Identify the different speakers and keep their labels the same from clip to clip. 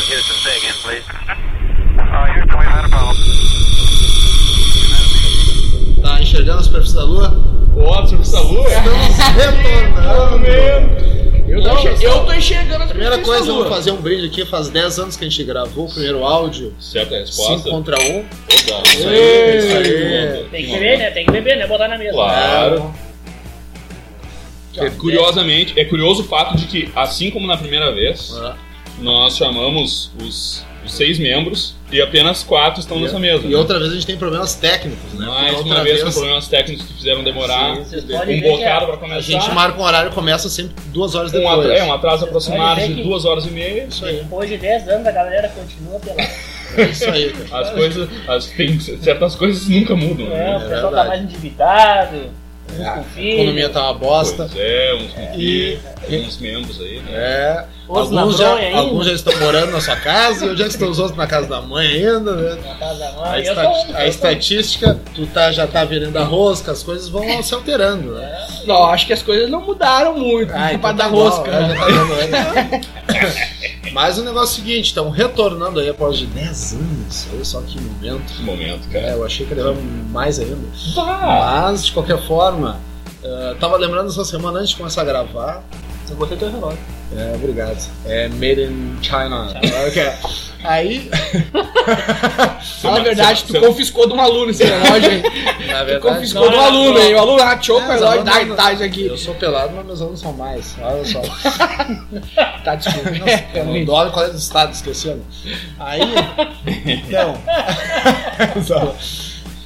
Speaker 1: again, please. Uh, Houston, we've had a problem.
Speaker 2: Tá enxergando a superfície da lua?
Speaker 3: Ó, surface da lua?
Speaker 2: Estamos retornando!
Speaker 3: Eu,
Speaker 2: Não,
Speaker 3: tô enxer-
Speaker 2: mas-
Speaker 4: é
Speaker 3: eu tô enxergando as
Speaker 2: Primeira
Speaker 3: superfície
Speaker 2: coisa,
Speaker 3: da
Speaker 2: eu vou
Speaker 3: lua.
Speaker 2: fazer um brinde aqui. Faz 10 anos que a gente gravou o primeiro áudio.
Speaker 4: Certa resposta?
Speaker 2: 5 contra 1. Um. É
Speaker 4: Opa, isso aí,
Speaker 2: Ei!
Speaker 4: isso aí.
Speaker 5: Tem que beber, né? Tem que beber, né? Botar na mesa.
Speaker 4: Claro. É, Curiosamente, é curioso o fato de que, assim como na primeira vez,
Speaker 2: Ah.
Speaker 4: nós chamamos os, os seis membros e apenas quatro estão nessa mesa.
Speaker 2: E
Speaker 4: né?
Speaker 2: outra vez a gente tem problemas técnicos, né?
Speaker 4: Mais
Speaker 2: Porque
Speaker 4: uma
Speaker 2: outra
Speaker 4: vez com problemas técnicos que fizeram demorar
Speaker 2: Sim,
Speaker 5: Vocês
Speaker 2: sim.
Speaker 5: podem
Speaker 4: um
Speaker 5: ver que é-
Speaker 4: bocado pra
Speaker 2: a
Speaker 4: começar.
Speaker 2: gente marca um horário e começa sempre duas horas
Speaker 4: um
Speaker 2: depois.
Speaker 4: atraso, é, um atraso aproximado
Speaker 5: Olha,
Speaker 4: de
Speaker 5: vem que-
Speaker 4: duas horas e meia.
Speaker 2: Isso aí,
Speaker 5: Depois de 10 anos a galera continua pelada.
Speaker 2: é isso aí, cara.
Speaker 4: As coisas, as, tem certas coisas nunca mudam.
Speaker 5: É,
Speaker 4: né?
Speaker 5: o pessoal tá
Speaker 2: verdade.
Speaker 5: mais endividado, uns com
Speaker 2: A economia
Speaker 5: filho,
Speaker 2: tá uma bosta.
Speaker 4: É. Pois é, uns com
Speaker 2: E-
Speaker 4: que, alguns membros aí, né?
Speaker 2: É.
Speaker 5: outros
Speaker 2: Alguns já,
Speaker 5: ladrões ainda,
Speaker 2: alguns já estão morando na sua casa, e onde é que estão os outros na casa da mãe ainda, né?
Speaker 5: na casa da
Speaker 2: A,
Speaker 3: Ah,
Speaker 5: mãe. Eu
Speaker 2: esta-
Speaker 5: sou um,
Speaker 2: a
Speaker 5: eu sou um.
Speaker 2: estatística, tu tá, já tá virando a rosca, as coisas vão se alterando, né?
Speaker 3: É. Não, acho que as coisas não mudaram muito.
Speaker 2: Ah,
Speaker 3: tipo a
Speaker 2: então
Speaker 3: da
Speaker 2: tá bom,
Speaker 3: rosca.
Speaker 2: né?
Speaker 3: né?
Speaker 2: Já tá dando- Mas o negócio é o seguinte, estão retornando aí após de 10 anos. Olha só que momento.
Speaker 4: Que momento,
Speaker 2: É,
Speaker 4: cara.
Speaker 2: eu achei que ia levar mais ainda.
Speaker 4: Bah!
Speaker 2: Mas, de qualquer forma, eh, tava lembrando essa semana antes de começar a gravar.
Speaker 3: Eu gostei do teu relógio.
Speaker 2: É, obrigado. É Made in China. Ok. Aí,
Speaker 3: Fala a verdade, tu
Speaker 4: seu-
Speaker 3: confiscou de um aluno esse relógio aí.
Speaker 2: na
Speaker 3: Tu
Speaker 2: verdade.
Speaker 3: confiscou
Speaker 5: não,
Speaker 3: do
Speaker 5: não,
Speaker 3: aluno
Speaker 5: não.
Speaker 3: aí. O aluno rachou com o
Speaker 2: É, os
Speaker 3: relógio
Speaker 2: alunos
Speaker 3: da
Speaker 2: não-
Speaker 3: idade aqui.
Speaker 2: Eu sou pelado, mas meus alunos são mais. Olha só.
Speaker 3: Tá, desculpa.
Speaker 2: Eu não dou aula em colégio do estado, esquecendo. Aí. Então.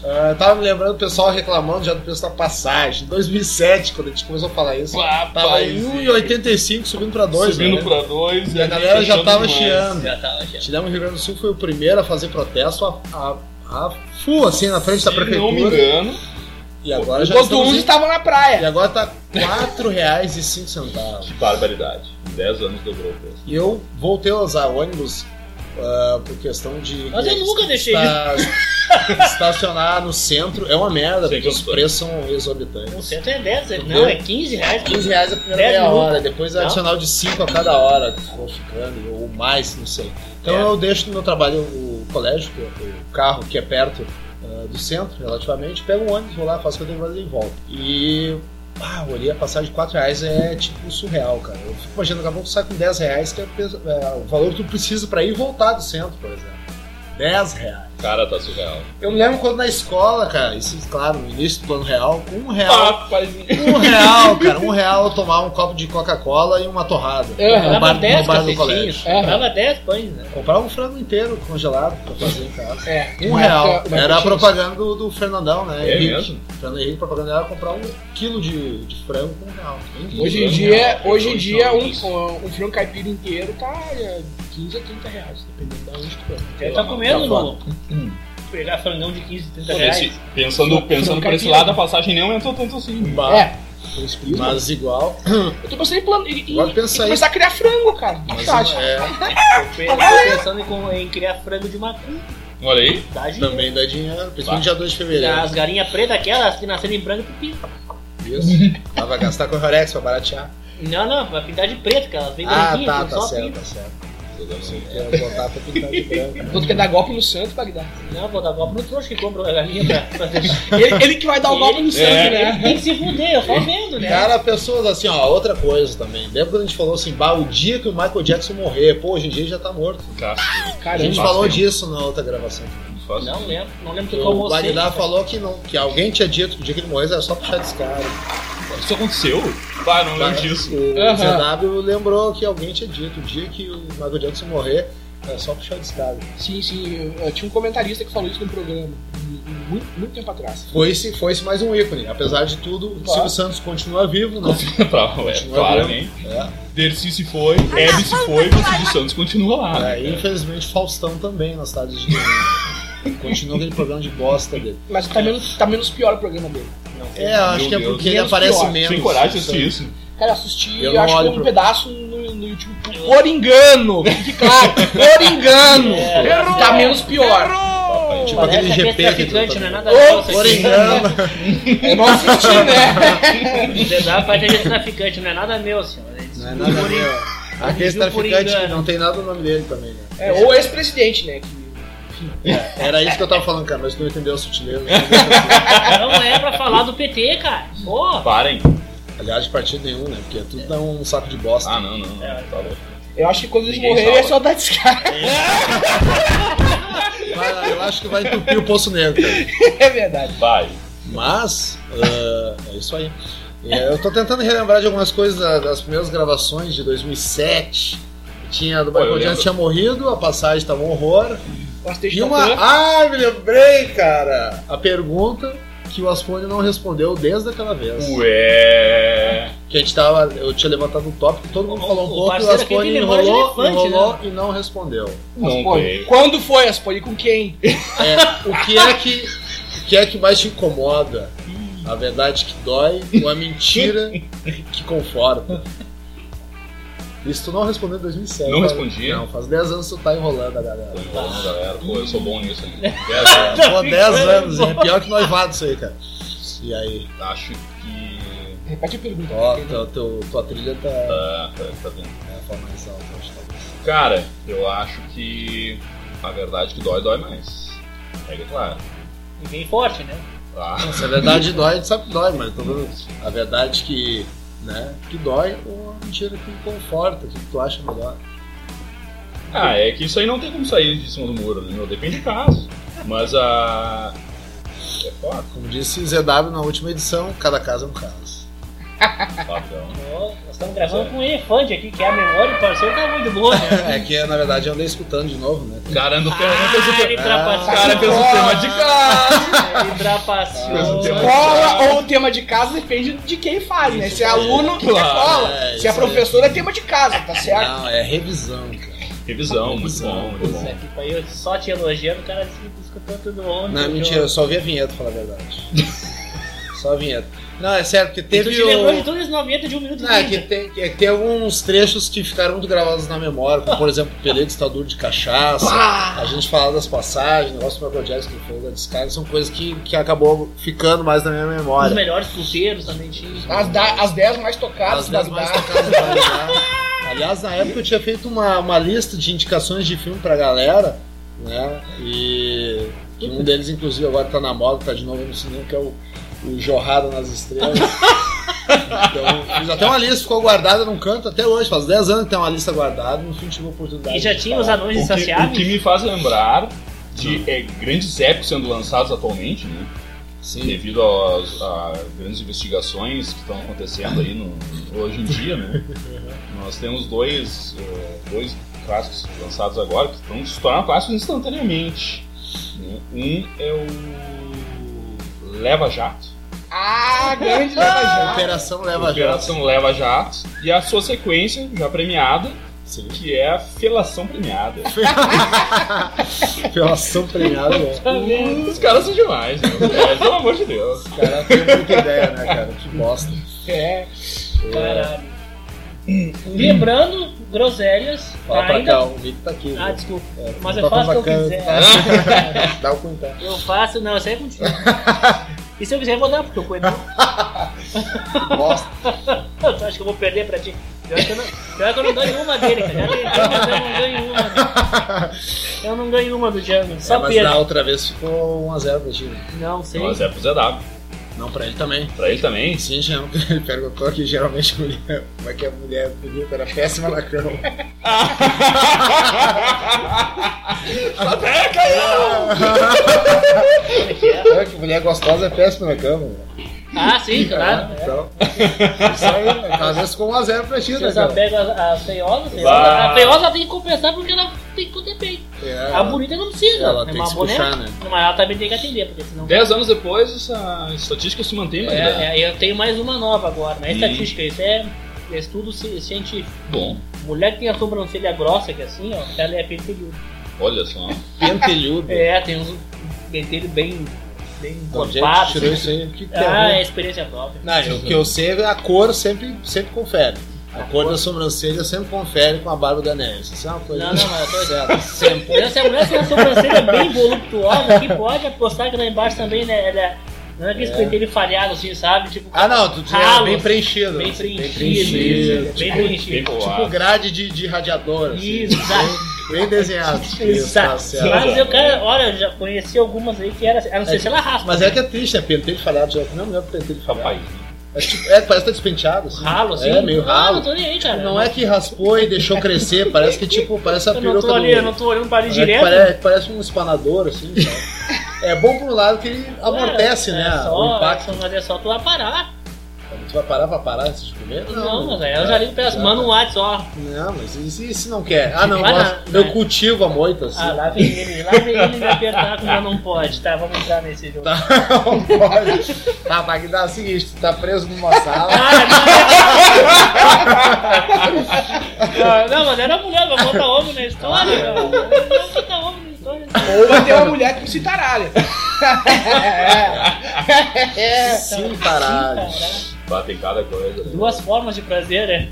Speaker 2: Ah, eu tava me lembrando do pessoal reclamando já do preço da passagem. Em 2007, quando a gente começou a falar isso,
Speaker 4: Bah,
Speaker 2: tava um em
Speaker 4: paizinho.
Speaker 2: 1,85 subindo pra 2.
Speaker 4: Subindo
Speaker 2: né?
Speaker 4: pra dois.
Speaker 2: E a galera já
Speaker 4: fechando
Speaker 2: tava
Speaker 4: demais.
Speaker 2: chiando.
Speaker 5: Já tava, já.
Speaker 2: Tiramos o Rio Grande do Sul, foi o primeiro a fazer protesto a, a, a full, assim, na frente da
Speaker 4: Se não me
Speaker 2: prefeitura.
Speaker 4: engano, um
Speaker 2: E agora já
Speaker 3: Os do
Speaker 2: estamos
Speaker 3: uns
Speaker 2: em-
Speaker 3: estavam na
Speaker 2: E
Speaker 3: praia.
Speaker 2: agora tá R$ 4,05.
Speaker 4: que barbaridade. Em 10 anos dobrou o preço.
Speaker 2: E eu voltei a usar ônibus ah, por questão de.
Speaker 5: Mas eu nunca deixei de
Speaker 2: esta- Estacionar no centro é uma merda,
Speaker 4: Sem
Speaker 2: porque os
Speaker 4: condições.
Speaker 2: preços são exorbitantes.
Speaker 5: Um cento é 10, não, é 15 reais.
Speaker 2: 15 reais a primeira
Speaker 5: Dez
Speaker 2: meia
Speaker 5: minutos.
Speaker 2: hora, depois é
Speaker 5: Não.
Speaker 2: adicional de 5 a cada hora, que for ficando, ou mais, não sei. Então
Speaker 4: É.
Speaker 2: eu deixo no meu trabalho o colégio, que é o carro que é perto ah, do centro, relativamente, pego um ônibus, vou lá, faço o que eu tenho que fazer e volto. E. Ah, olhei a passagem de 4 reais é tipo surreal, cara. Eu fico imaginando, daqui a pouco tu sai com 10 reais, que é o peso- é o valor que tu precisa pra ir e voltar do centro, por exemplo. 10 reais.
Speaker 4: Cara, tá surreal.
Speaker 2: Eu me lembro quando na escola, cara, isso, claro, no início do plano real, com um real
Speaker 4: Ah, paizinho.
Speaker 2: um real, cara. Um real eu tomar um copo de Coca-Cola e uma torrada.
Speaker 3: É,
Speaker 2: no bar,
Speaker 5: Comprava
Speaker 2: no
Speaker 5: 10
Speaker 2: bar do colégio.
Speaker 5: cacetinhos, comprava 10 pães, né?
Speaker 2: Comprava um frango inteiro congelado pra fazer em casa.
Speaker 3: É,
Speaker 2: Um
Speaker 3: uma
Speaker 2: real.
Speaker 3: época- uma
Speaker 2: era a
Speaker 3: época
Speaker 2: propaganda do, do Fernandão, né?
Speaker 4: É
Speaker 2: Henrique.
Speaker 4: mesmo?
Speaker 2: Fernando Henrique, a propaganda era comprar um quilo de, de frango com um real.
Speaker 3: tinha isso. Hoje em
Speaker 4: Um
Speaker 3: dia,
Speaker 4: real,
Speaker 3: hoje em
Speaker 4: dois
Speaker 3: dia um,
Speaker 4: dólares.
Speaker 3: um frango caipira inteiro tá é, 15 a 30 reais, dependendo da onde tu for.
Speaker 5: Já tá comendo,
Speaker 2: tá
Speaker 5: Lulu. Pegar frangão de 15, 30
Speaker 4: Pô,
Speaker 5: reais.
Speaker 4: esse- pensando pensando por esse lado, a passagem nem aumentou tanto assim.
Speaker 2: Bah,
Speaker 3: É, por isso que-
Speaker 2: Mas igual.
Speaker 3: eu tô pensando em plano. Em, em,
Speaker 2: Agora
Speaker 3: em
Speaker 2: pensa aí.
Speaker 3: começar a criar frango, cara. O que
Speaker 2: Mas,
Speaker 3: tu acha?
Speaker 2: é,
Speaker 5: Eu tô pensando em, com- em criar frango de macumba.
Speaker 4: Olha aí.
Speaker 5: Dá dinheiro.
Speaker 2: também dá dinheiro, principalmente
Speaker 4: Bah.
Speaker 2: dia 2 de fevereiro.
Speaker 5: As galinhas pretas, aquelas que nasceram em branco, tu pinta.
Speaker 2: Isso. Ah, vai gastar com o Rorex pra baratear.
Speaker 5: Não, não, vai pintar de preto, que elas vêm
Speaker 2: Ah,
Speaker 5: branquinhas,
Speaker 2: tá,
Speaker 5: tu
Speaker 2: tá
Speaker 5: só
Speaker 2: certo,
Speaker 5: pinta.
Speaker 2: tá certo.
Speaker 4: Tô dando-
Speaker 2: Quero botar pra pintar de branco.
Speaker 3: Quando quer é dar golpe no santo, vai dar.
Speaker 5: Não, Né, vou dar golpe no trouxa que compra a galinha pra, pra deixar.
Speaker 3: Ele, ele que vai dar o golpe no
Speaker 5: Ele-
Speaker 3: santo,
Speaker 4: É.
Speaker 3: né?
Speaker 5: Tem que se fuder, eu só vendo, né?
Speaker 2: Cara, pessoas assim, ó, outra coisa também. Lembra quando a gente falou assim, bah, o dia que o Michael Jackson morrer, pô, hoje em dia ele já tá morto.
Speaker 4: Cacete,
Speaker 2: A
Speaker 3: Caramba.
Speaker 2: gente
Speaker 4: faz
Speaker 2: falou
Speaker 4: tempo.
Speaker 2: disso na outra gravação.
Speaker 4: não faço.
Speaker 5: Não lembro, não lembro que eu
Speaker 2: O
Speaker 5: almocei.
Speaker 2: Bagdá falou que não, que alguém tinha dito que o dia que ele morresse era só puxar descarga.
Speaker 4: Isso aconteceu? Bah, não lembro disso.
Speaker 2: O
Speaker 3: Aham.
Speaker 2: ZW lembrou que alguém tinha dito, o dia que o Michael Jackson morrer era só puxar descarga.
Speaker 3: Sim, sim. Eu, eu tinha um comentarista que falou isso no programa. Muito, muito tempo atrás.
Speaker 2: Foi esse, foi esse mais um ícone. Apesar de tudo, o Silvio Santos continua vivo, né?
Speaker 4: Tá, ué, né?
Speaker 2: Continua
Speaker 4: claramente.
Speaker 2: É.
Speaker 4: Dercy se foi, Hebe se foi, mas o Silvio Santos continua lá. né,
Speaker 2: É,
Speaker 4: cara?
Speaker 2: infelizmente Faustão também nas tardes de domingo. Continua aquele programa de bosta dele.
Speaker 3: Mas tá menos, tá menos pior o programa dele.
Speaker 2: É, acho
Speaker 4: Meu
Speaker 2: que é
Speaker 4: Deus. assim,
Speaker 2: porque ele
Speaker 3: Menos
Speaker 2: aparece
Speaker 3: pior.
Speaker 2: menos.
Speaker 4: Sem coragem
Speaker 2: isso
Speaker 4: de assistir
Speaker 2: aí.
Speaker 4: isso.
Speaker 3: Cara, eu assisti,
Speaker 2: Eu
Speaker 3: eu,
Speaker 2: não
Speaker 3: acho que
Speaker 2: olho
Speaker 3: um
Speaker 2: pro-
Speaker 3: pedaço no, no YouTube por engano. Fique claro, por engano.
Speaker 5: É.
Speaker 3: tá menos pior.
Speaker 2: Tipo
Speaker 5: Parece
Speaker 2: aquele
Speaker 5: aquele
Speaker 2: GP que
Speaker 5: traficante,
Speaker 2: tu-
Speaker 5: não é nada
Speaker 3: Ô,
Speaker 5: falso
Speaker 2: Por
Speaker 5: aqui.
Speaker 2: engano.
Speaker 3: Eu não assisti, né?
Speaker 5: assim. Você dá pra aquele traficante, não é nada meu, senhor.
Speaker 2: Não é nada meu. Aquele
Speaker 5: Fugiu por
Speaker 2: traficante que
Speaker 5: engano.
Speaker 2: não tem nada no nome dele também, né?
Speaker 3: É, ou ex-presidente, né? que-
Speaker 2: Era isso que eu tava falando, cara, mas tu não entendeu a sutileza.
Speaker 5: Não é pra falar do PT, cara. Pô,
Speaker 4: Parem.
Speaker 2: Aliás, de partido nenhum, né? Porque tudo dá um saco de bosta.
Speaker 4: Ah, não, não. não.
Speaker 5: É.
Speaker 4: Tá louco.
Speaker 3: Eu acho que quando eles
Speaker 4: Ninguém
Speaker 3: morrerem é
Speaker 4: salva.
Speaker 3: só dar descarga.
Speaker 2: Vai lá, eu acho que vai entupir o Poço Negro, cara.
Speaker 3: É verdade.
Speaker 4: Vai.
Speaker 2: Mas, ah, é isso aí. É, eu tô tentando relembrar de algumas coisas da- das primeiras gravações de 2007. Tinha, do
Speaker 4: Pô, eu
Speaker 2: Michael Jackson
Speaker 4: lembro.
Speaker 2: tinha morrido, a passagem tava um horror.
Speaker 3: Bastante
Speaker 2: E
Speaker 4: Né?
Speaker 2: uma. Ai, me lembrei, cara! A pergunta que o Aspone não respondeu desde aquela vez.
Speaker 4: Ué.
Speaker 2: Que a gente tava. Eu tinha levantado um tópico, todo mundo
Speaker 5: O-
Speaker 2: falou um
Speaker 5: o
Speaker 2: pouco, e o
Speaker 5: parceiro aqui
Speaker 2: Aspone
Speaker 5: tem memória de
Speaker 2: enrolou,
Speaker 5: elefante, né?
Speaker 2: enrolou e não respondeu.
Speaker 4: Não
Speaker 3: Aspone.
Speaker 4: creio.
Speaker 3: Quando foi Aspone? Com quem?
Speaker 2: É, o que é que. O que é que mais te incomoda? A verdade que dói ou a mentira que conforta? Isso tu não respondeu em 2007.
Speaker 4: Não
Speaker 2: cara.
Speaker 4: respondi.
Speaker 2: Não, faz 10 anos que tu tá enrolando a galera.
Speaker 4: Tô enrolando, galera. Pô, eu sou bom nisso né? aí. Quer ver?
Speaker 2: Pô, 10 anos, hein? é pior que noivado isso aí, cara. E aí?
Speaker 4: Acho que.
Speaker 3: Repete a pergunta.
Speaker 2: Ó, teu- teu- tua trilha tá.
Speaker 4: Tá, tá, tá vendo.
Speaker 2: É a forma mais alta, acho, tá talvez.
Speaker 4: Cara, eu acho que a verdade é que dói, dói mais. Pega claro.
Speaker 5: e bem forte, né?
Speaker 4: Ah,
Speaker 2: Se a verdade dói, a gente sabe que dói, mas tô falando a verdade que, né, que dói ou a mentira que conforta, que tu acha melhor.
Speaker 4: ah, é que isso aí não tem como sair de cima do muro, né? meu? Depende do caso. Mas ah, a. É foda,
Speaker 2: Como disse ZW na última edição, cada caso é um caso.
Speaker 4: padrão.
Speaker 5: Ó, nós estamos gravando com um elefante aqui, que é a memória do parceiro tá muito boa, né?
Speaker 2: É que na verdade eu andei escutando de novo, né?
Speaker 4: Cara, ando
Speaker 5: Ah, ele
Speaker 3: Tá
Speaker 5: trapaceou.
Speaker 4: cara fez um tema de casa.
Speaker 5: Ele trapaceou.
Speaker 4: Fez um tema.
Speaker 3: Cola ou tema de casa depende de quem faz, né? Se é aluno, é
Speaker 4: Claro,
Speaker 3: cola.
Speaker 2: é,
Speaker 3: Se é
Speaker 2: isso aí.
Speaker 3: professor, é tema de casa, tá certo?
Speaker 2: Não, é revisão, cara.
Speaker 4: Revisão, muito bom, muito
Speaker 5: Puta
Speaker 4: bom.
Speaker 5: que pariu, eu só te elogiando, o cara disse que tu escutou tudo ontem.
Speaker 2: Não, é
Speaker 5: viu?
Speaker 2: mentira, eu só vi a vinheta, falar a verdade. Só a vinheta. Não, é sério, porque
Speaker 5: E Tu
Speaker 2: teve
Speaker 5: te lembrou de
Speaker 2: o...
Speaker 5: todos os 90 de 1 minuto e
Speaker 2: Não, é que
Speaker 5: 30.
Speaker 2: tem, é que tem alguns trechos que ficaram muito gravados na memória, como por exemplo, Pelé de Estadura de Cachaça,
Speaker 4: Ah.
Speaker 2: a gente falar das passagens, o negócio do Michael Jackson, que falou da descarga, são coisas que, que acabou ficando mais na minha
Speaker 5: Os
Speaker 2: memória.
Speaker 5: melhores pulseiros também tinha.
Speaker 2: Ah,
Speaker 3: As, da, as 10 mais tocadas
Speaker 2: As
Speaker 3: das
Speaker 2: dez mais
Speaker 3: datas.
Speaker 2: tocadas da humanidade. Aliás, na época eu tinha feito uma, uma lista de indicações de filme pra galera, né? E que um deles, inclusive, agora tá na moda, tá de novo no cinema, que é o, o Jorrada nas Estrelas. Então, fiz até uma lista, ficou guardada num canto até hoje, faz 10 anos que tem uma lista guardada, no fim tive a oportunidade.
Speaker 5: E já
Speaker 2: de
Speaker 5: tinha
Speaker 2: falar.
Speaker 5: os anões
Speaker 4: O que, o que
Speaker 5: insaciáveis.
Speaker 4: me faz lembrar de é, grandes épicos sendo lançados atualmente, né?
Speaker 2: Sim.
Speaker 4: devido às a grandes investigações que estão acontecendo aí no- hoje em dia, né? Nós temos dois, eh, dois clássicos lançados agora que estão se tornando clássicos instantaneamente. né? Um é o Leva Jato,
Speaker 3: Ah, grande leva
Speaker 2: A
Speaker 3: já.
Speaker 2: Operação Leva Jato.
Speaker 4: Operação Leva Jato, e a sua sequência já premiada,
Speaker 2: Sim.
Speaker 4: que é a Felação Premiada.
Speaker 2: Operação premiada. né?
Speaker 4: Os caras são demais, né? Pelo amor de Deus.
Speaker 2: O cara tem muita ideia, né, cara? Que bosta.
Speaker 3: É.
Speaker 5: Caralho. Lembrando, groselhas,
Speaker 2: Fala pra
Speaker 5: ainda.
Speaker 2: cá, o Vic tá aqui.
Speaker 5: Ah,
Speaker 2: né?
Speaker 5: desculpa.
Speaker 2: É,
Speaker 5: Mas eu
Speaker 2: toca
Speaker 5: faço o que eu
Speaker 2: bacana,
Speaker 5: quiser.
Speaker 2: tá? Dá o cu então.
Speaker 5: Eu faço, não, eu sei contigo. E se eu quiser, eu vou dar, porque eu cuido.
Speaker 2: Bosta.
Speaker 5: então. Tu acha que eu vou perder pra ti? Pior que eu não, pior que eu não ganho uma dele, cara. Já tentei, mas eu não ganho uma. dele. Eu não ganho uma do Django,
Speaker 2: É,
Speaker 5: só
Speaker 2: mas
Speaker 5: perda.
Speaker 2: na outra vez ficou 1x0 pra Chile.
Speaker 5: Não, sei.
Speaker 4: Mas é pro ZW.
Speaker 2: Não, pra ele também.
Speaker 4: Pra ele também.
Speaker 2: Sim, já é um ele perguntou que geralmente mulher. Como é que a mulher bonita era péssima na cama.
Speaker 4: Até caiu!
Speaker 2: É, que mulher gostosa é péssima na cama. né?
Speaker 5: Ah, sim, claro. É.
Speaker 2: Então. Isso aí, né? às vezes ficou 1x0 pra Chile, né,
Speaker 5: Vocês só
Speaker 2: cara?
Speaker 5: pegam a, a feiosa, a feiosa,
Speaker 4: Bah.
Speaker 5: a feiosa tem que compensar porque ela tem que comer bem.
Speaker 2: É,
Speaker 5: A bonita não precisa.
Speaker 2: ela
Speaker 5: é
Speaker 2: tem
Speaker 5: uma
Speaker 2: que se
Speaker 5: boneca.
Speaker 2: puxar, né?
Speaker 5: Mas ela também tem que atender, porque senão.
Speaker 4: Dez anos depois, essa estatística se mantém, mas é,
Speaker 5: É, é, eu tenho mais uma nova agora, não é
Speaker 4: Hum.
Speaker 5: estatística, isso é estudo ci- científico.
Speaker 4: bom.
Speaker 5: Mulher que tem a sobrancelha grossa, que é assim, ó, ela é pentelhuda.
Speaker 4: Olha só.
Speaker 2: Pentelhudo.
Speaker 5: É, tem uns pentelho bem, bem
Speaker 2: Onde é que
Speaker 5: encorpado,
Speaker 2: tirou
Speaker 5: assim.
Speaker 2: isso aí? O que que
Speaker 5: Ah,
Speaker 2: é?
Speaker 5: é experiência própria.
Speaker 2: Não, eu- o que eu sei é a cor sempre, sempre confere. A cor da sobrancelha sempre confere com a barba da Neves. Isso é uma coisa.
Speaker 5: Não, não, mas eu tô- é
Speaker 2: certa. Sempre.
Speaker 5: um Essa mulher tem uma sobrancelha bem voluptuosa, que pode apostar que lá embaixo também, né? Ela, Não é aquele pentelho falhado assim, sabe? Tipo,
Speaker 2: Ah, não, tu tinha
Speaker 5: Ralo,
Speaker 2: bem
Speaker 5: assim,
Speaker 2: preenchido.
Speaker 5: bem preenchido.
Speaker 2: preenchido.
Speaker 4: Bem
Speaker 5: Bem preenchido.
Speaker 2: Tipo
Speaker 4: colado.
Speaker 2: grade de, de radiador. assim.
Speaker 5: Exato.
Speaker 2: Bem desenhado. Isso, tá
Speaker 5: Exato.
Speaker 2: certo.
Speaker 5: Mas eu, cara, olha, eu já conheci algumas aí que era. A não ser
Speaker 2: É.
Speaker 5: se ela raspa.
Speaker 2: Mas é que é triste, né? Pentelho falhado, já não é melhor pentelho falhado.
Speaker 4: Rapaz, né?
Speaker 2: É, tipo, é, parece que tá despenteado. Assim.
Speaker 5: Ralo, assim.
Speaker 2: É, meio
Speaker 5: Ah, não
Speaker 2: ralo.
Speaker 5: tô nem aí, cara.
Speaker 2: Não é que raspou e deixou crescer, parece que tipo, parece a
Speaker 5: Eu não
Speaker 2: peruca
Speaker 5: tô
Speaker 2: do...
Speaker 5: ali, eu não tô olhando pra ali
Speaker 2: É,
Speaker 5: direto.
Speaker 2: Parece, parece um espanador, assim. sabe? é bom por um lado que ele amortece,
Speaker 5: É,
Speaker 2: né?
Speaker 5: é
Speaker 2: o
Speaker 5: só,
Speaker 2: impacto.
Speaker 5: é só- Mas é só tu lá parar.
Speaker 2: Tu vai parar pra parar esses primeiros?
Speaker 5: Não, mas aí eu já ligo pra elas, manda um WhatsApp, ó.
Speaker 2: Não, mas e se, e se não quer? Ah, não,
Speaker 5: Vai lá,
Speaker 2: gosto. eu
Speaker 5: vai.
Speaker 2: cultivo a moita, assim.
Speaker 5: Ah, lá vem ele, lá vem ele me apertar quando eu não pode. Tá, vamos entrar nesse jogo.
Speaker 2: Tá, não pode. Tá, mas que dá o seguinte, tu tá preso numa sala.
Speaker 5: é Ah, não, mas era mulher, mas bota homem na história. Não, bota homem na história.
Speaker 3: Ou vai ter uma mulher com citaralha.
Speaker 2: É, sim, caralho.
Speaker 4: Bah, tem cada coisa. né?
Speaker 5: Duas formas de prazer, né?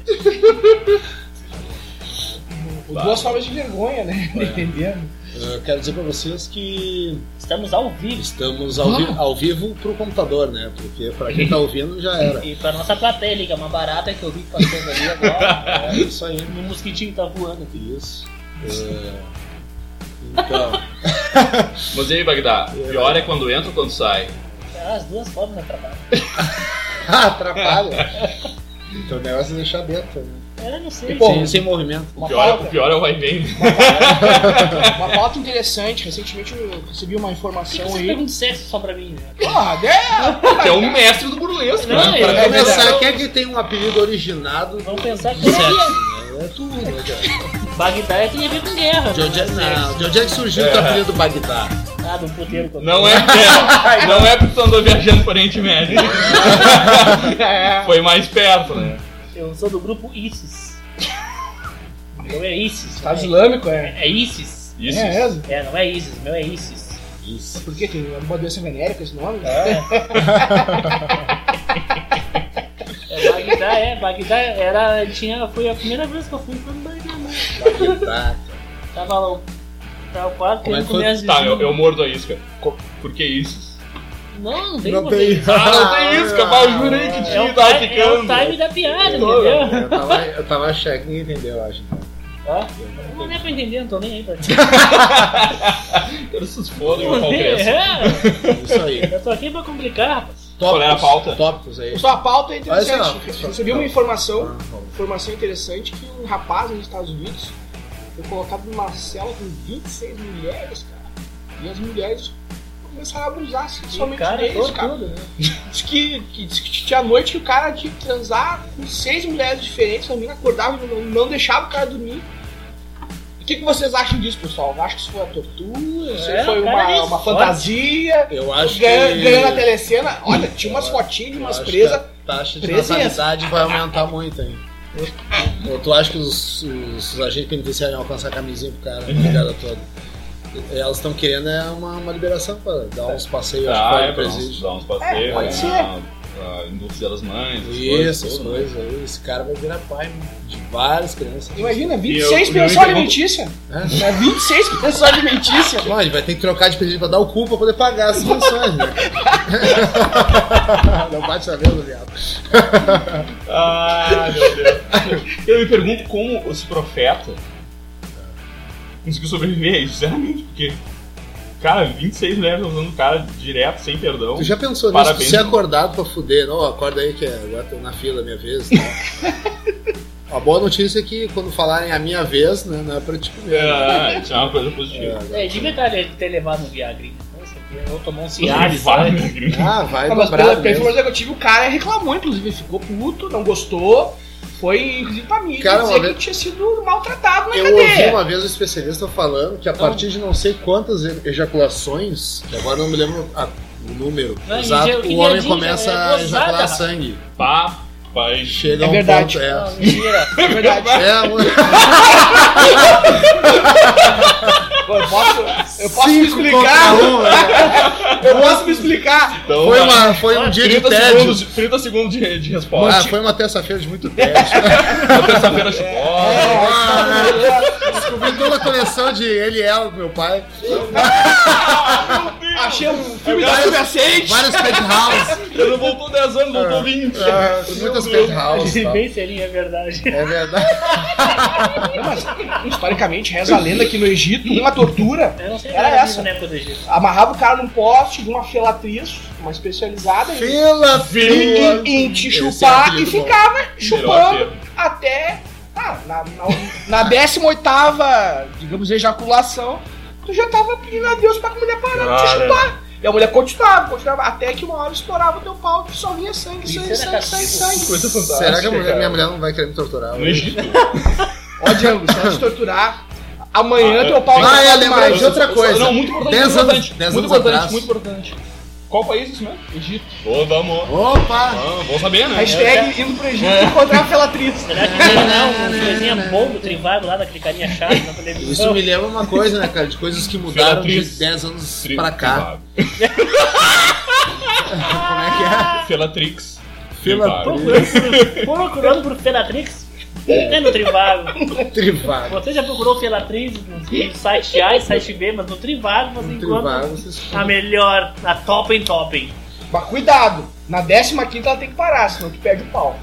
Speaker 3: Ou Duas formas de vergonha, né?
Speaker 4: É.
Speaker 3: Dependendo.
Speaker 2: Eu quero dizer pra vocês que
Speaker 5: Estamos ao vivo.
Speaker 2: estamos ao, vi- ao vivo pro computador, né? Porque pra quem tá ouvindo já era.
Speaker 5: E pra nossa plateia, liga, é uma barata que eu vi passando ali agora.
Speaker 2: É isso aí.
Speaker 5: Um mosquitinho tá voando aqui.
Speaker 2: Isso. É, Então.
Speaker 4: Mas e aí, Bagdá? Pior é quando entra ou quando sai?
Speaker 5: Ah, As duas formas atrapalham.
Speaker 2: Ah, atrapalha. Então o negócio é deixar dentro, né?
Speaker 5: Eu não sei.
Speaker 2: Bom, sem movimento.
Speaker 4: O
Speaker 3: Uma
Speaker 4: pior, é,
Speaker 3: pauta,
Speaker 4: o pior é o vai e vem.
Speaker 3: uma pauta interessante. Recentemente eu recebi
Speaker 5: Por
Speaker 3: uma
Speaker 5: que
Speaker 3: informação
Speaker 5: vocês
Speaker 3: aí.
Speaker 5: perguntam sexo só pra mim? né?
Speaker 3: Porra, é,
Speaker 4: Que é o mestre do burlesco.
Speaker 5: Não,
Speaker 4: né?
Speaker 5: eu-
Speaker 2: Pra
Speaker 3: É
Speaker 2: começar,
Speaker 5: verdade.
Speaker 2: quem é que tem um apelido originado do
Speaker 5: Vamos pensar que
Speaker 2: sexo? né? É tudo, né, cara?
Speaker 5: Bagdá tem a ver com guerra. né?
Speaker 2: De onde é, não, de onde é que surgiu
Speaker 4: É.
Speaker 2: o teu apelido Bagdá?
Speaker 5: Ah, do puteiro. com-
Speaker 4: Não é, é, não é porque tu andou viajando por Oriente Médio.
Speaker 3: É.
Speaker 4: Foi mais perto, né?
Speaker 5: Eu sou do grupo ISIS. Meu é ISIS.
Speaker 3: Estado
Speaker 5: não é-
Speaker 3: Islâmico, é.
Speaker 5: É ISIS.
Speaker 4: Isso.
Speaker 3: É mesmo?
Speaker 5: É, não é ISIS, meu é ISIS.
Speaker 2: Isso.
Speaker 3: Por que? Tem alguma doença venérica esse nome? né?
Speaker 5: É, Bagdá é, Bagdá era, tinha, foi a primeira vez que eu fui pra Bagdá, mano.
Speaker 2: Bagdá.
Speaker 5: Tava lá, tava quase
Speaker 2: Como é
Speaker 5: querendo
Speaker 2: que
Speaker 5: comer
Speaker 2: foi?
Speaker 5: as
Speaker 4: Tá, eu,
Speaker 5: vizinhas.
Speaker 4: eu mordo a isca. Por que isso?
Speaker 5: Não, não tem
Speaker 2: Não
Speaker 5: como
Speaker 2: tem.
Speaker 5: ter.
Speaker 4: Ah, não tem isca, mas eu jurei que
Speaker 5: É
Speaker 4: tinha
Speaker 5: o,
Speaker 4: e tava
Speaker 5: ti- é o
Speaker 4: ficando.
Speaker 5: time da piada,
Speaker 4: Não,
Speaker 5: entendeu?
Speaker 2: Eu tava, eu tava achando que ninguém entendeu, eu acho.
Speaker 5: Tá? Não, não é pra entender, não tô nem aí pra ti.
Speaker 4: Esses foda no congresso.
Speaker 5: É,
Speaker 2: Isso aí.
Speaker 5: eu tô aqui pra complicar, rapaz.
Speaker 4: Qual era a pauta?
Speaker 2: Tópicos aí.
Speaker 3: Sua pauta é
Speaker 2: Olha só.
Speaker 3: interessante. Recebi uma informação
Speaker 4: um.
Speaker 3: informação interessante que um rapaz nos Estados Unidos foi colocado numa cela com 26 mulheres, cara. E as mulheres começram a abusar sexualmente
Speaker 5: cara
Speaker 3: deles,
Speaker 5: todo
Speaker 3: cara.
Speaker 5: tudo, né?
Speaker 3: Diz que, que, diz que tinha noite que o cara tinha que transar com seis mulheres diferentes, a menina acordava e não, não deixava o cara dormir. O que, que vocês acham disso, pessoal? Acham que isso foi uma tortura? Isso
Speaker 5: É,
Speaker 3: foi
Speaker 5: o cara
Speaker 3: uma,
Speaker 5: é
Speaker 3: uma
Speaker 5: forte.
Speaker 3: fantasia?
Speaker 2: Eu acho
Speaker 3: Ganhou,
Speaker 2: que.
Speaker 3: ganhou na telecena? Olha, tinha umas fotinhas de
Speaker 2: eu
Speaker 3: umas
Speaker 2: acho que
Speaker 3: presas.
Speaker 2: a taxa de
Speaker 3: presas.
Speaker 2: natalidade vai aumentar muito aí. Ou tu acha que os, os- os agentes penitenciários vão alcançar a camisinha pro cara, a brigada toda? Elas estão querendo é uma, uma liberação pra dar uns passeios acho,
Speaker 4: Ah,
Speaker 2: fora
Speaker 4: é
Speaker 2: do
Speaker 4: pra uns,
Speaker 2: presídio.
Speaker 4: dar uns passeios.
Speaker 3: É, pode
Speaker 4: né?
Speaker 3: ser.
Speaker 4: A, a indústria das mães. essas
Speaker 2: Isso,
Speaker 4: coisas
Speaker 2: essas
Speaker 4: todas, né?
Speaker 2: coisas aí. Esse cara vai virar pai de várias crianças.
Speaker 3: Imagina,
Speaker 4: E eu-
Speaker 3: 26
Speaker 4: eu
Speaker 3: pensões
Speaker 4: pergunto-
Speaker 3: alimentícias.
Speaker 2: É.
Speaker 3: É 26 pensões alimentícias.
Speaker 2: Bom, ele vai ter que trocar de presídio pra dar o cu pra poder pagar as pensões, né? Não bate na mesa, viado.
Speaker 4: Ah, meu Deus. Eu me pergunto como esse profeta conseguiu sobreviver a isso, sinceramente, porque. Cara, 26 mulheres usando o cara direto, sem perdão.
Speaker 2: Tu já pensou nisso?
Speaker 4: Parabéns.
Speaker 2: Ser acordado pra fuder. Não, acorda aí que é- agora tô na fila, minha vez. né? a boa notícia é que quando falarem a minha vez, né, não é pra te comer. né?
Speaker 4: É, isso é uma coisa positiva.
Speaker 5: É, de verdade, ele ter levado um Viagrinho. Nossa, eu vou tomar um
Speaker 4: Ele
Speaker 5: Cialis,
Speaker 4: vai,
Speaker 5: sabe?
Speaker 4: meu gringo.
Speaker 2: Ah, vai
Speaker 3: Ah, mas
Speaker 2: dobrar
Speaker 3: pela, pela
Speaker 2: mesmo.
Speaker 3: informação que eu tive, o cara reclamou, inclusive, ficou puto, não gostou. Foi, inclusive, pra mim,
Speaker 2: Cara,
Speaker 3: dizer
Speaker 2: uma
Speaker 3: que
Speaker 2: vez-
Speaker 3: tinha sido maltratado na
Speaker 2: Eu ouvi
Speaker 3: cadeia.
Speaker 2: uma vez um especialista falando que a partir de não sei quantas e- ejaculações, que agora não me lembro a- o número
Speaker 5: Não,
Speaker 2: exato,
Speaker 5: eu
Speaker 2: o
Speaker 5: queria
Speaker 2: homem
Speaker 5: dizer,
Speaker 2: começa
Speaker 5: é
Speaker 2: a ejacular
Speaker 5: gozada.
Speaker 2: sangue.
Speaker 4: Pá, pai.
Speaker 2: Chega
Speaker 3: É
Speaker 2: a um
Speaker 3: verdade.
Speaker 2: ponto.
Speaker 5: Não,
Speaker 2: É,
Speaker 5: mentira.
Speaker 3: É verdade.
Speaker 2: é um-
Speaker 3: Eu posso, eu posso me
Speaker 2: cinco
Speaker 3: explicar.
Speaker 2: contra um, né?
Speaker 3: Eu posso me explicar.
Speaker 4: Então,
Speaker 2: Foi,
Speaker 4: vai.
Speaker 2: uma, foi um dia de
Speaker 4: 30
Speaker 2: tédio.
Speaker 4: segundos, 30 segundos de, de
Speaker 2: Ah,
Speaker 4: resposta.
Speaker 2: foi uma terça-feira de muito tédio.
Speaker 4: Na terça-feira, chupou.
Speaker 2: Ah,
Speaker 3: É,
Speaker 6: Descobri toda a coleção de ele e ela do meu pai.
Speaker 3: Achei um filme da adolescente.
Speaker 6: Vários penthouse.
Speaker 4: Ele não voltou 10 anos, voltou 20.
Speaker 6: ah, muitas
Speaker 3: Tá
Speaker 6: penthouse. e
Speaker 2: tá?
Speaker 6: tal.
Speaker 5: Bem serinho, é verdade.
Speaker 6: É verdade.
Speaker 3: Historicamente, reza a lenda que no Egito, uma tortura
Speaker 5: Eu não sei assim,
Speaker 3: Era
Speaker 5: nada disso
Speaker 3: essa.
Speaker 5: na época do Egito.
Speaker 3: amarrava o cara num poste de uma felatriz, uma especializada em,
Speaker 6: Fila,
Speaker 3: em,
Speaker 6: fila.
Speaker 3: em te
Speaker 6: Esse é um
Speaker 3: chupar e
Speaker 6: apelido bom.
Speaker 3: ficava chupando
Speaker 4: apelido.
Speaker 3: até ah, na, na, na 18ª, digamos, ejaculação, tu já tava pedindo a Deus pra mulher parar de te
Speaker 4: Cara.
Speaker 3: chupar. E a mulher continuava, continuava, até que uma hora estourava teu pau e só vinha sangue,
Speaker 5: Isso
Speaker 3: sangue,
Speaker 5: era
Speaker 3: sangue,
Speaker 5: ca-
Speaker 3: sangue, sangue.
Speaker 4: Coisa fantástica.
Speaker 6: Será que a mulher-
Speaker 4: cara.
Speaker 6: minha mulher não vai querer me torturar?
Speaker 4: No Egito.
Speaker 3: Ó, Django, se ela te torturar, amanhã
Speaker 4: Ah,
Speaker 3: teu pau
Speaker 4: tem-
Speaker 6: Ah, é,
Speaker 3: vai
Speaker 6: lembrei de outra coisa.
Speaker 4: Não, muito importante.
Speaker 6: Dez
Speaker 4: muito
Speaker 6: anos-
Speaker 4: importante,
Speaker 6: dez
Speaker 4: muito
Speaker 6: anos
Speaker 4: importante,
Speaker 6: atrás.
Speaker 4: muito importante. Qual país é isso mesmo? Egito. Ô, vamos.
Speaker 6: Opa!
Speaker 4: Ah, bom saber, né?
Speaker 2: É.
Speaker 3: Hashtag indo pro Egito encontrar a felatriz.
Speaker 5: Será que não? Um coisinha bombo trivado lá daquele carinha chato na televisão.
Speaker 2: Isso me lembra uma coisa, né, cara? De coisas que mudaram de
Speaker 4: Felatriz.
Speaker 2: 10 anos
Speaker 4: Tri-
Speaker 2: pra cá.
Speaker 4: privado.
Speaker 6: Como é que é?
Speaker 4: Felatrix.
Speaker 6: Felatrix.
Speaker 5: Procurando por, procurando por Felatrix? É no Trivago.
Speaker 6: Trivago.
Speaker 5: Você já procurou Felatriz no site A e site B, mas no Trivago você encontra
Speaker 6: Trivago, vocês-
Speaker 5: a melhor, a Topping Topping.
Speaker 3: Mas cuidado, na 15 ela tem que parar, senão tu perde o pau.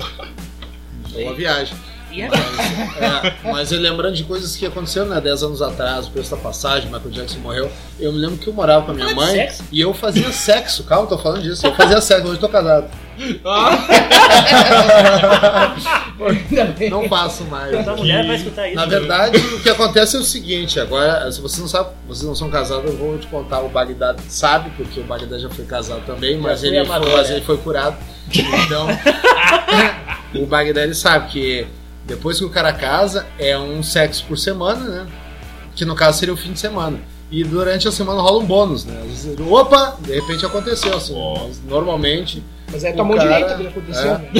Speaker 2: Boa viagem.
Speaker 5: E agora?
Speaker 2: É, mas eu lembrando de coisas que aconteceram, né? 10 anos atrás, o preço da passagem, Michael Jackson morreu. Eu me lembro que eu morava com a minha
Speaker 5: Fala de
Speaker 2: mãe
Speaker 5: sexo?
Speaker 2: e eu fazia sexo. Calma, tô falando disso. Eu fazia sexo, hoje eu tô casado. Não faço mais.
Speaker 5: Essa mulher vai escutar isso.
Speaker 2: Na verdade, o que acontece é o seguinte, agora, se vocês não sabem, vocês não são casados, eu vou te contar, o Balidade sabe, porque o Balidade já foi casado também, mas,
Speaker 5: fui
Speaker 2: ele,
Speaker 5: amador,
Speaker 2: foi, mas
Speaker 5: né?
Speaker 2: ele foi curado. Então, o Bagdad sabe que depois que o cara casa, é um sexo por semana, né? Que no caso seria o fim de semana. E durante a semana rola um bônus, né? Às vezes, Opa, de repente aconteceu, assim.
Speaker 4: Ó.
Speaker 2: mas normalmente.
Speaker 3: Mas é
Speaker 2: O
Speaker 3: tua mão
Speaker 2: cara-
Speaker 3: direita que já aconteceu.
Speaker 2: é.
Speaker 3: né?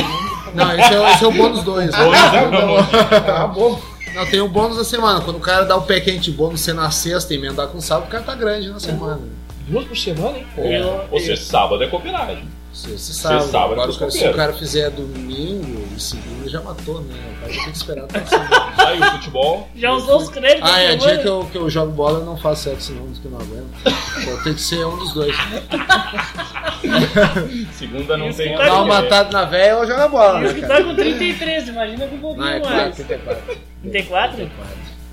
Speaker 2: Não, esse é, o- esse é o bônus 2.
Speaker 4: né?
Speaker 3: Tá bom.
Speaker 2: Não, tem o bônus da semana. Quando o cara dá o pé quente, bônus ser na sexta e emendar com sábado, o cara tá grande na semana.
Speaker 3: Duas por semana, hein?
Speaker 4: É, Ou seja, sábado é cooperagem.
Speaker 2: Sexta e sábado.
Speaker 4: sábado
Speaker 2: Agora,
Speaker 4: é
Speaker 2: o cara- se
Speaker 4: copeiro.
Speaker 2: o cara fizer domingo e segunda, já matou, né? O cara já tem que esperar até segunda.
Speaker 4: Aí o futebol.
Speaker 5: Já usou os créditos
Speaker 2: Ah,
Speaker 5: da
Speaker 2: é, dia
Speaker 5: semana?
Speaker 2: que eu, que eu jogo bola eu não faço sexo não, que eu não aguento. Só tem que ser um dos dois.
Speaker 4: Segunda não
Speaker 5: Isso
Speaker 4: tem
Speaker 5: que
Speaker 4: nada
Speaker 5: tá
Speaker 2: Dá
Speaker 4: a
Speaker 2: uma
Speaker 4: ver.
Speaker 2: matada na véia ou joga bola,
Speaker 5: Isso
Speaker 2: né,
Speaker 5: que
Speaker 2: cara?
Speaker 5: tá com 33, imagina com um pouquinho
Speaker 2: Não, é
Speaker 5: mais.
Speaker 2: 4, 34.
Speaker 5: 34?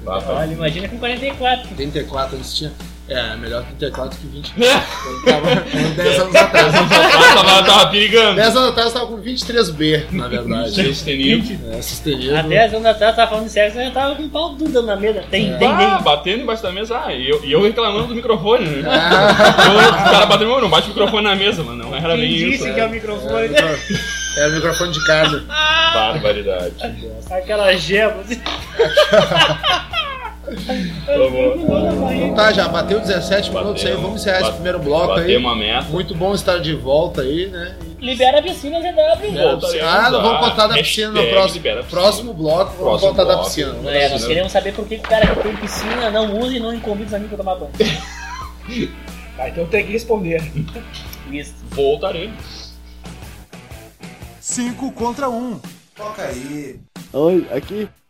Speaker 4: Tá, tá.
Speaker 5: Olha, imagina com 44.
Speaker 2: 34 antes tinha. É, melhor 34 que 20. Quando tava- quando 10 anos atrás.
Speaker 4: Ah, tava, tava perigando.
Speaker 2: 10 anos atrás eu tava com 23B, na verdade.
Speaker 4: Gente, tenido.
Speaker 2: É, cisteria.
Speaker 5: Há 10 anos atrás tava tá, falando de sexo, eu já tava com o pau duro na mesa. Tem, tem,
Speaker 4: Ah,
Speaker 5: tem.
Speaker 4: batendo embaixo da mesa. Ah, e eu, e eu reclamando do microfone, né?
Speaker 2: Ah,
Speaker 4: Eu- Os caras batendo, não bate o microfone na mesa, mano. Não era
Speaker 5: Quem
Speaker 4: nem isso. né?
Speaker 5: disse que é o microfone?
Speaker 2: era, o micro- era é o microfone de casa.
Speaker 4: Barbaridade.
Speaker 5: Aquela gema. assim.
Speaker 4: Tá bom.
Speaker 2: Então tá, já bateu 17 minutos aí,
Speaker 4: Bateu.
Speaker 2: vamos encerrar esse
Speaker 4: Bate-
Speaker 2: primeiro bloco aí.
Speaker 4: Batemos a meta.
Speaker 2: Muito bom estar de volta aí, né?
Speaker 5: Libera a piscina tá ZW.
Speaker 2: Libera a piscina. Ah, não vamos contar da
Speaker 4: Hashtag
Speaker 2: piscina no próximo,
Speaker 4: libera a piscina.
Speaker 2: próximo bloco. Vamos
Speaker 4: Próximo
Speaker 2: contar da
Speaker 4: bloco.
Speaker 2: piscina. Vamos
Speaker 5: É, nós
Speaker 4: Não.
Speaker 5: queremos saber por que o cara que tem piscina não usa e não convida os amigos pra tomar banho.
Speaker 3: Tá, então tem que responder.
Speaker 5: Isso.
Speaker 4: Voltaremos.
Speaker 7: 5 contra 1. Toca aí.
Speaker 8: Oi, aqui